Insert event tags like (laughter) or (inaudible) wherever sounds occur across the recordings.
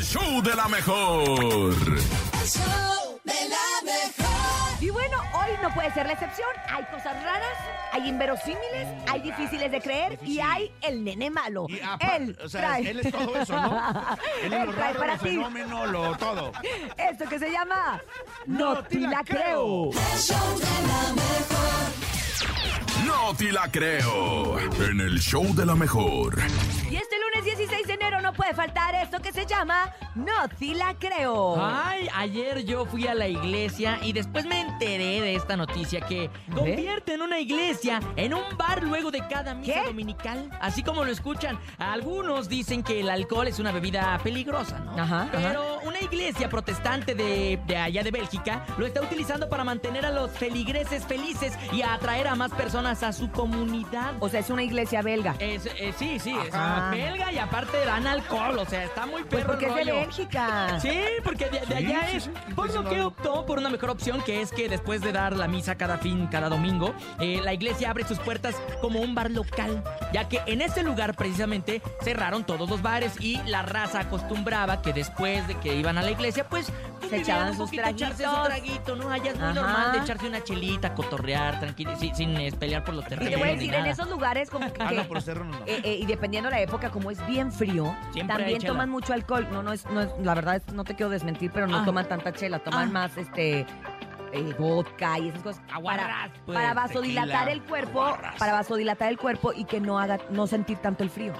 show de la mejor. El show de la mejor. Y bueno, hoy no puede ser la excepción. Hay cosas raras, hay inverosímiles, hay difíciles de creer y Mm, Difícil. hay el nene malo. Y apa- él o sea, trae él es todo eso, (laughs) ¿no? Él es Él lo trae raro, para lo ti. fenómeno, lo todo. esto que se llama No te la creo. El show de la mejor. No te la creo. En el show de la mejor. Y este lunes 16 de enero no puede faltar esto que se llama No te la creo. Ah. Ay, ayer yo fui a la iglesia y después me enteré de esta noticia que convierten una iglesia en un bar luego de cada misa ¿Qué? dominical. Así como lo escuchan, algunos dicen que el alcohol es una bebida peligrosa, ¿no? Ajá, ajá. Pero una iglesia protestante de, de allá de Bélgica lo está utilizando para mantener a los feligreses felices y a atraer a más personas a su comunidad. O sea, es una iglesia belga. Pues Es- eh, sí, sí, es Ajá. belga y aparte dan alcohol, o sea, está muy Pues perro porque el es de rollo. Bélgica. Sí, porque de, de Sí, allá sí, es. sí, sí, por sí, lo no, que no. optó por una mejor opción, que es que después de dar la misa cada fin, cada domingo, eh, la iglesia abre sus puertas como un bar local, ya que en ese lugar precisamente cerraron todos los bares y la raza acostumbraba que después de que iban a la iglesia, pues convivían echaban un sus poquito, echarse su traguitos. traguito, ¿no? Allá es muy Ajá. normal de echarse una chelita, cotorrear, tranquilo, sí, sin eh, pelear por los Y terrenos. te voy a ni decir, en nada. esos lugares como que... Ah, no, por cerro no. eh, eh, y dependiendo la época, como es bien frío, Siempre hay también chela. toman mucho alcohol. No, no es, no es- la verdad es- no te quiero desmentir, pero no Ah. toman tanta chela, toman Ah. más este eh, vodka y esas cosas para, Aguarrás, pues, para vasodilatar tequila. el cuerpo, para vasodilatar el cuerpo y que no haga, no sentir tanto el frío.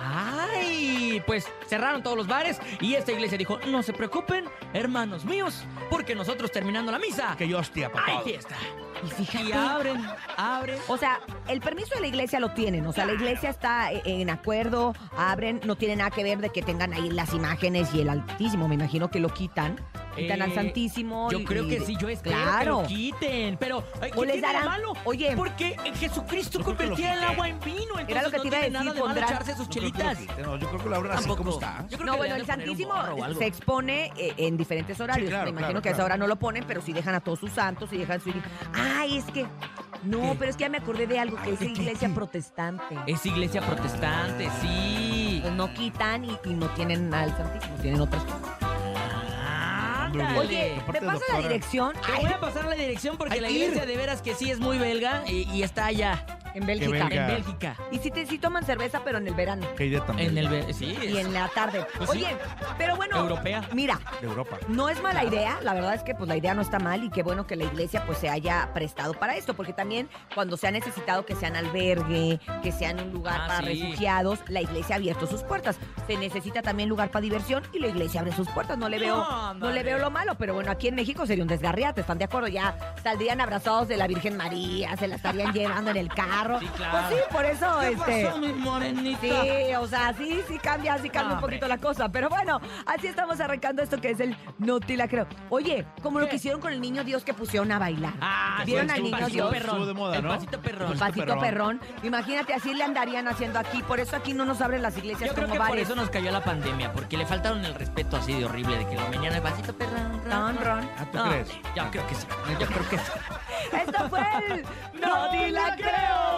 ¡Ay! Pues cerraron todos los bares y esta iglesia dijo, no se preocupen, hermanos míos, porque nosotros terminando la misa, Que yo hostia, papá. ¡hay fiesta! Y fíjate. Y abren, abren. O sea, el permiso de la iglesia lo tienen, o sea, la iglesia está eh, en acuerdo, abren, no tiene nada que ver de que tengan ahí las imágenes y el altísimo, me imagino que lo quitan, quitan Eh, al santísimo. Yo y- creo que y- sí, yo espero claro. que lo quiten, pero ay, ¿qué O les tiene de darán- malo? oye. porque en Jesucristo No creo que lo convertía el quiten. agua en vino, entonces lo que no te iba a tiene decir, nada de malo pondrán- echarse sus No creo que lo chelitas. quiten, No, yo creo que lo abran así Tampoco. como está. Yo creo No, que bueno, le el han de poner un Santísimo gorro o algo. se expone eh, en diferentes horarios. claro, Me imagino claro, que a esa claro. hora no lo ponen, pero sí dejan a todos sus santos y dejan su... Ay, es que... No, ¿Qué? pero es que ya me acordé de algo, A que ver, es ¿qué, qué, iglesia qué? protestante. Es iglesia protestante, sí. Pues no quitan y, y no tienen al Santísimo, tienen otras cosas. Hombre, Ah, Ándale. Oye, ¿me Aparte, pasa la doctora, dirección? Te voy a pasar la dirección porque Hay la que ir. iglesia de veras que sí es muy belga y, y está allá, En Bélgica. belga. en Bélgica. Y sí, te, sí toman cerveza, pero en el verano Que idea tan En el bella. ver- sí, y es en la tarde. Pues sí. Oye, pero bueno... europea. Mira, De Europa. No es mala idea, la verdad es que pues la idea no está mal y qué bueno que la iglesia pues se haya prestado para esto, porque también cuando se ha necesitado que sean albergue, que sean un lugar Ah, para sí. refugiados, la iglesia ha abierto sus puertas. Se necesita también lugar para diversión y la iglesia abre sus puertas. No le veo, no, No, le ándale. veo lo malo, pero bueno, aquí en México sería un desgarriate, ¿están de acuerdo? Ya saldrían abrazados de la Virgen María, se la estarían (laughs) llevando en el carro. Sí, claro. Pues sí, por eso este. mi morenita? Sí, o sea, sí, sí cambia, sí cambia un Hombre. poquito la cosa. Pero bueno, así estamos arrancando esto que es el No te la creo. Oye, como lo ¿Qué? que hicieron con el niño Dios que pusieron a bailar. Ah, ¿Vieron sí, al el niño pasito Dios? perrón, Estuvo de moda, el ¿no? pasito perrón. El pasito perrón. Imagínate, así le andarían haciendo aquí. Por eso aquí no nos abren las iglesias Yo creo como que por bares. eso nos cayó la pandemia, porque le faltaron el respeto así de horrible de que la mañana el pasito perrón. Ron, ron. Ah, ¿tú No, crees? Yo creo que sí. Yo creo que sí. Esto fue (laughs) el No te la creo.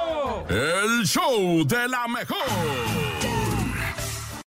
El show de la mejor.